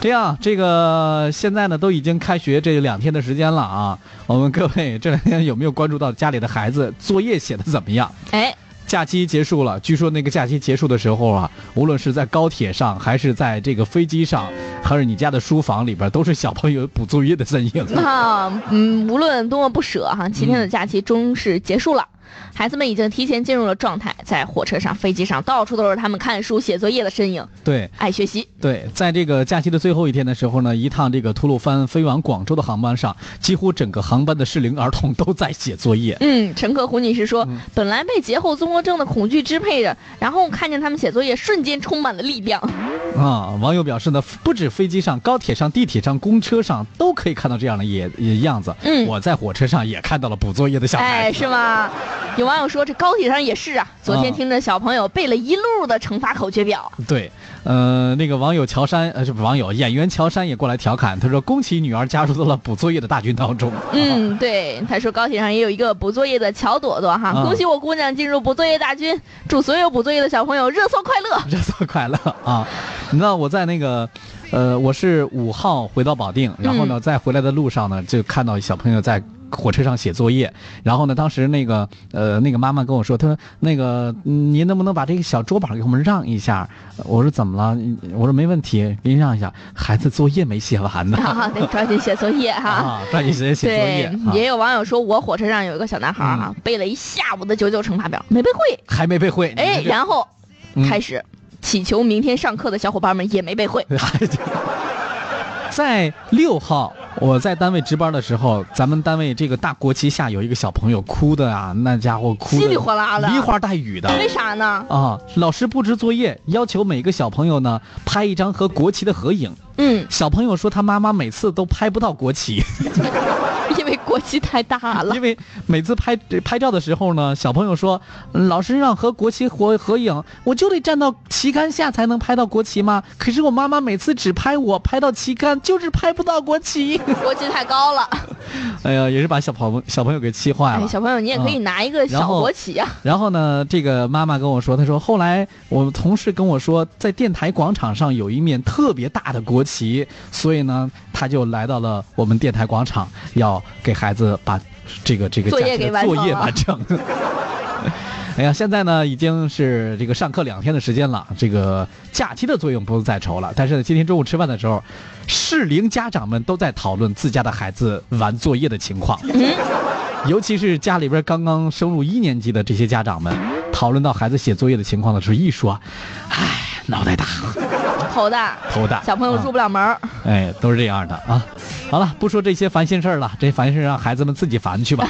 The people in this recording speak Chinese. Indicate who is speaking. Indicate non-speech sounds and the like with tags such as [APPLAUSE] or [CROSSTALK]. Speaker 1: 这样，这个现在呢都已经开学这两天的时间了啊，我们各位这两天有没有关注到家里的孩子作业写的怎么样？
Speaker 2: 哎，
Speaker 1: 假期结束了，据说那个假期结束的时候啊，无论是在高铁上，还是在这个飞机上，还是你家的书房里边，都是小朋友补作业的身影。
Speaker 2: 那嗯，无论多么不舍哈，七天的假期终是结束了，孩子们已经提前进入了状态，在火车上、飞机上，到处都是他们看书、写作业的身影，
Speaker 1: 对
Speaker 2: 爱学习。
Speaker 1: 对，在这个假期的最后一天的时候呢，一趟这个吐鲁番飞往广州的航班上，几乎整个航班的适龄儿童都在写作业。
Speaker 2: 嗯，乘客胡女士说，
Speaker 1: 嗯
Speaker 2: 本来被节后综合症的恐惧支配着，然后看见他们写作业，瞬间充满了力量。
Speaker 1: 啊，网友表示呢，不止飞机上、高铁上、地铁上、公车上都可以看到这样的也也样子。
Speaker 2: 嗯
Speaker 1: 我在火车上也看到了补作业的小孩
Speaker 2: 哎，
Speaker 1: 子。
Speaker 2: 是吗？有网友说，这高铁上也是啊，昨天
Speaker 1: 啊
Speaker 2: 听着小朋友背了一路的乘法口诀表，
Speaker 1: 对，呃，那个网友乔杉，呃，是不是网友演员乔杉也过来调侃，他说：“恭喜女儿加入到了补作业的大军当中。”
Speaker 2: [LAUGHS] 嗯，对，他说高铁上也有一个补作业的乔朵朵哈，
Speaker 1: 啊
Speaker 2: 恭喜我姑娘进入补作业大军，祝所有补作业的小朋友热搜快
Speaker 1: [LAUGHS]
Speaker 2: 乐。
Speaker 1: 热搜快乐啊！ [LAUGHS] 你知道我在那个，呃，我是五号回到保定，
Speaker 2: 嗯
Speaker 1: 然后呢，在回来的路上呢，就看到小朋友在。火车上写作业，然后呢，当时那个呃，那个妈妈跟我说，她说那个嗯您能不能把这个小桌板给我们让一下？我说怎么了？我说没问题，给您让一下。孩子作业没写完
Speaker 2: [LAUGHS]
Speaker 1: 呢，
Speaker 2: 啊，得抓紧写作业哈。
Speaker 1: 啊，抓紧时间写作业
Speaker 2: 对，，
Speaker 1: 啊
Speaker 2: 也有网友说，我火车上有一个小男孩啊，背了一下午的九九乘法表，没背会。
Speaker 1: 还没背会。
Speaker 2: 哎，然后
Speaker 1: 嗯
Speaker 2: 开始祈求明天上课的小伙伴们也没背会。
Speaker 1: 在六号，我在单位值班的时候，咱们单位这个大国旗下有一个小朋友哭的啊，那家伙哭的
Speaker 2: 稀里哗啦的哎
Speaker 1: 梨花带雨的。
Speaker 2: 为啥呢？
Speaker 1: 啊，老师布置作业，要求每个小朋友呢拍一张和国旗的合影。
Speaker 2: 嗯，
Speaker 1: 小朋友说他妈妈每次都拍不到国旗，
Speaker 2: 因为国旗太大了
Speaker 1: 因。为每次拍拍照的时候呢，小朋友说嗯老师让和国旗合合影，我就得站到旗杆下才能拍到国旗吗？可是我妈妈每次只拍我拍到旗杆，就是拍不到国旗。
Speaker 2: 国旗太
Speaker 1: [LAUGHS]
Speaker 2: 高了，
Speaker 1: 哎呀，也是把小朋友小朋友给气坏
Speaker 2: 哎，
Speaker 1: 了。嗯
Speaker 2: 小朋友你也可以拿一个
Speaker 1: 然
Speaker 2: 小
Speaker 1: 后
Speaker 2: 国旗啊，
Speaker 1: 然后呢，这个妈妈跟我说，她说后来我们同事跟我说，在电台广场上有一面特别大的国旗，所以呢，她就来到了我们电台广场，要给孩子把这个这个
Speaker 2: 作业
Speaker 1: 假期的
Speaker 2: 给完成
Speaker 1: 作业
Speaker 2: 了
Speaker 1: 完成。 [LAUGHS] 哎呀，现在呢已经是这个上课两天的时间了，这个假期的作用不用再愁了。但是呢，今天中午吃饭的时候，适龄家长们都在讨论自家的孩子玩作业的情况。尤其是家里边刚刚升入一年级的这些家长们，讨论到孩子写作业的情况的时候，一说，唉，脑袋大，
Speaker 2: 头大，
Speaker 1: 头大，
Speaker 2: 小朋友入不了门儿。
Speaker 1: 嗯哎，都是这样的啊。好了，不说这些烦心事儿了，这烦心事儿让孩子们自己烦去吧。